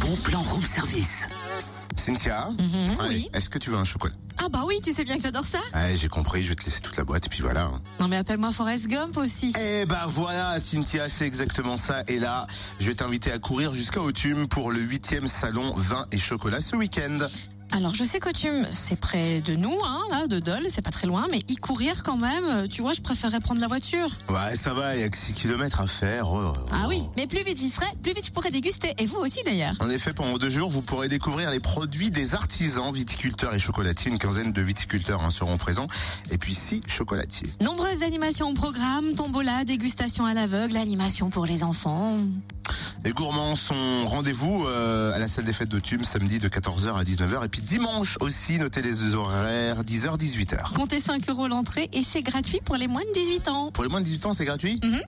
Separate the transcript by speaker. Speaker 1: bon plan room service.
Speaker 2: Cynthia, ouais,
Speaker 3: Mm-hmm, Mhm. oui.
Speaker 2: est-ce que tu veux un chocolat
Speaker 3: Ah bah oui, tu sais bien que j'adore ça.
Speaker 2: Ouais, J'ai compris, je vais te laisser toute la boîte et puis voilà. hein.
Speaker 3: Non mais appelle-moi Forrest Gump aussi.
Speaker 2: Eh ben voilà, Cynthia, c'est exactement ça. Et là, je vais t'inviter à courir jusqu'à Autume pour le huitième salon vin et chocolat ce week-end.
Speaker 3: Alors je sais qu'Autume, c'est près de nous, hein, là, de Dole, c'est pas très loin, mais y courir quand même, euh, tu vois, je préférerais prendre la voiture.
Speaker 2: Ouais, ça va, il y a que 6 km à faire. Oh, oh.
Speaker 3: Ah oui, mais plus vite j'y serai, plus vite je pourrai déguster, et vous aussi d'ailleurs.
Speaker 2: En effet, pendant deux jours, vous pourrez découvrir les produits des artisans, viticulteurs et chocolatiers. Une quinzaine de viticulteurs hein, seront présents. Et puis six chocolatiers.
Speaker 3: Nombreuses animations au programme, tombola, dégustation à l'aveugle, animation pour les enfants.
Speaker 2: Les gourmands sont rendez-vous euh, à la salle des fêtes d'Autume samedi de 14h à 19h. Et puis dimanche aussi, notez les horaires 10h-18h.
Speaker 3: Comptez 5 euros l'entrée et c'est gratuit pour les moins de 18 ans.
Speaker 2: Pour les moins de 18 ans, c'est gratuit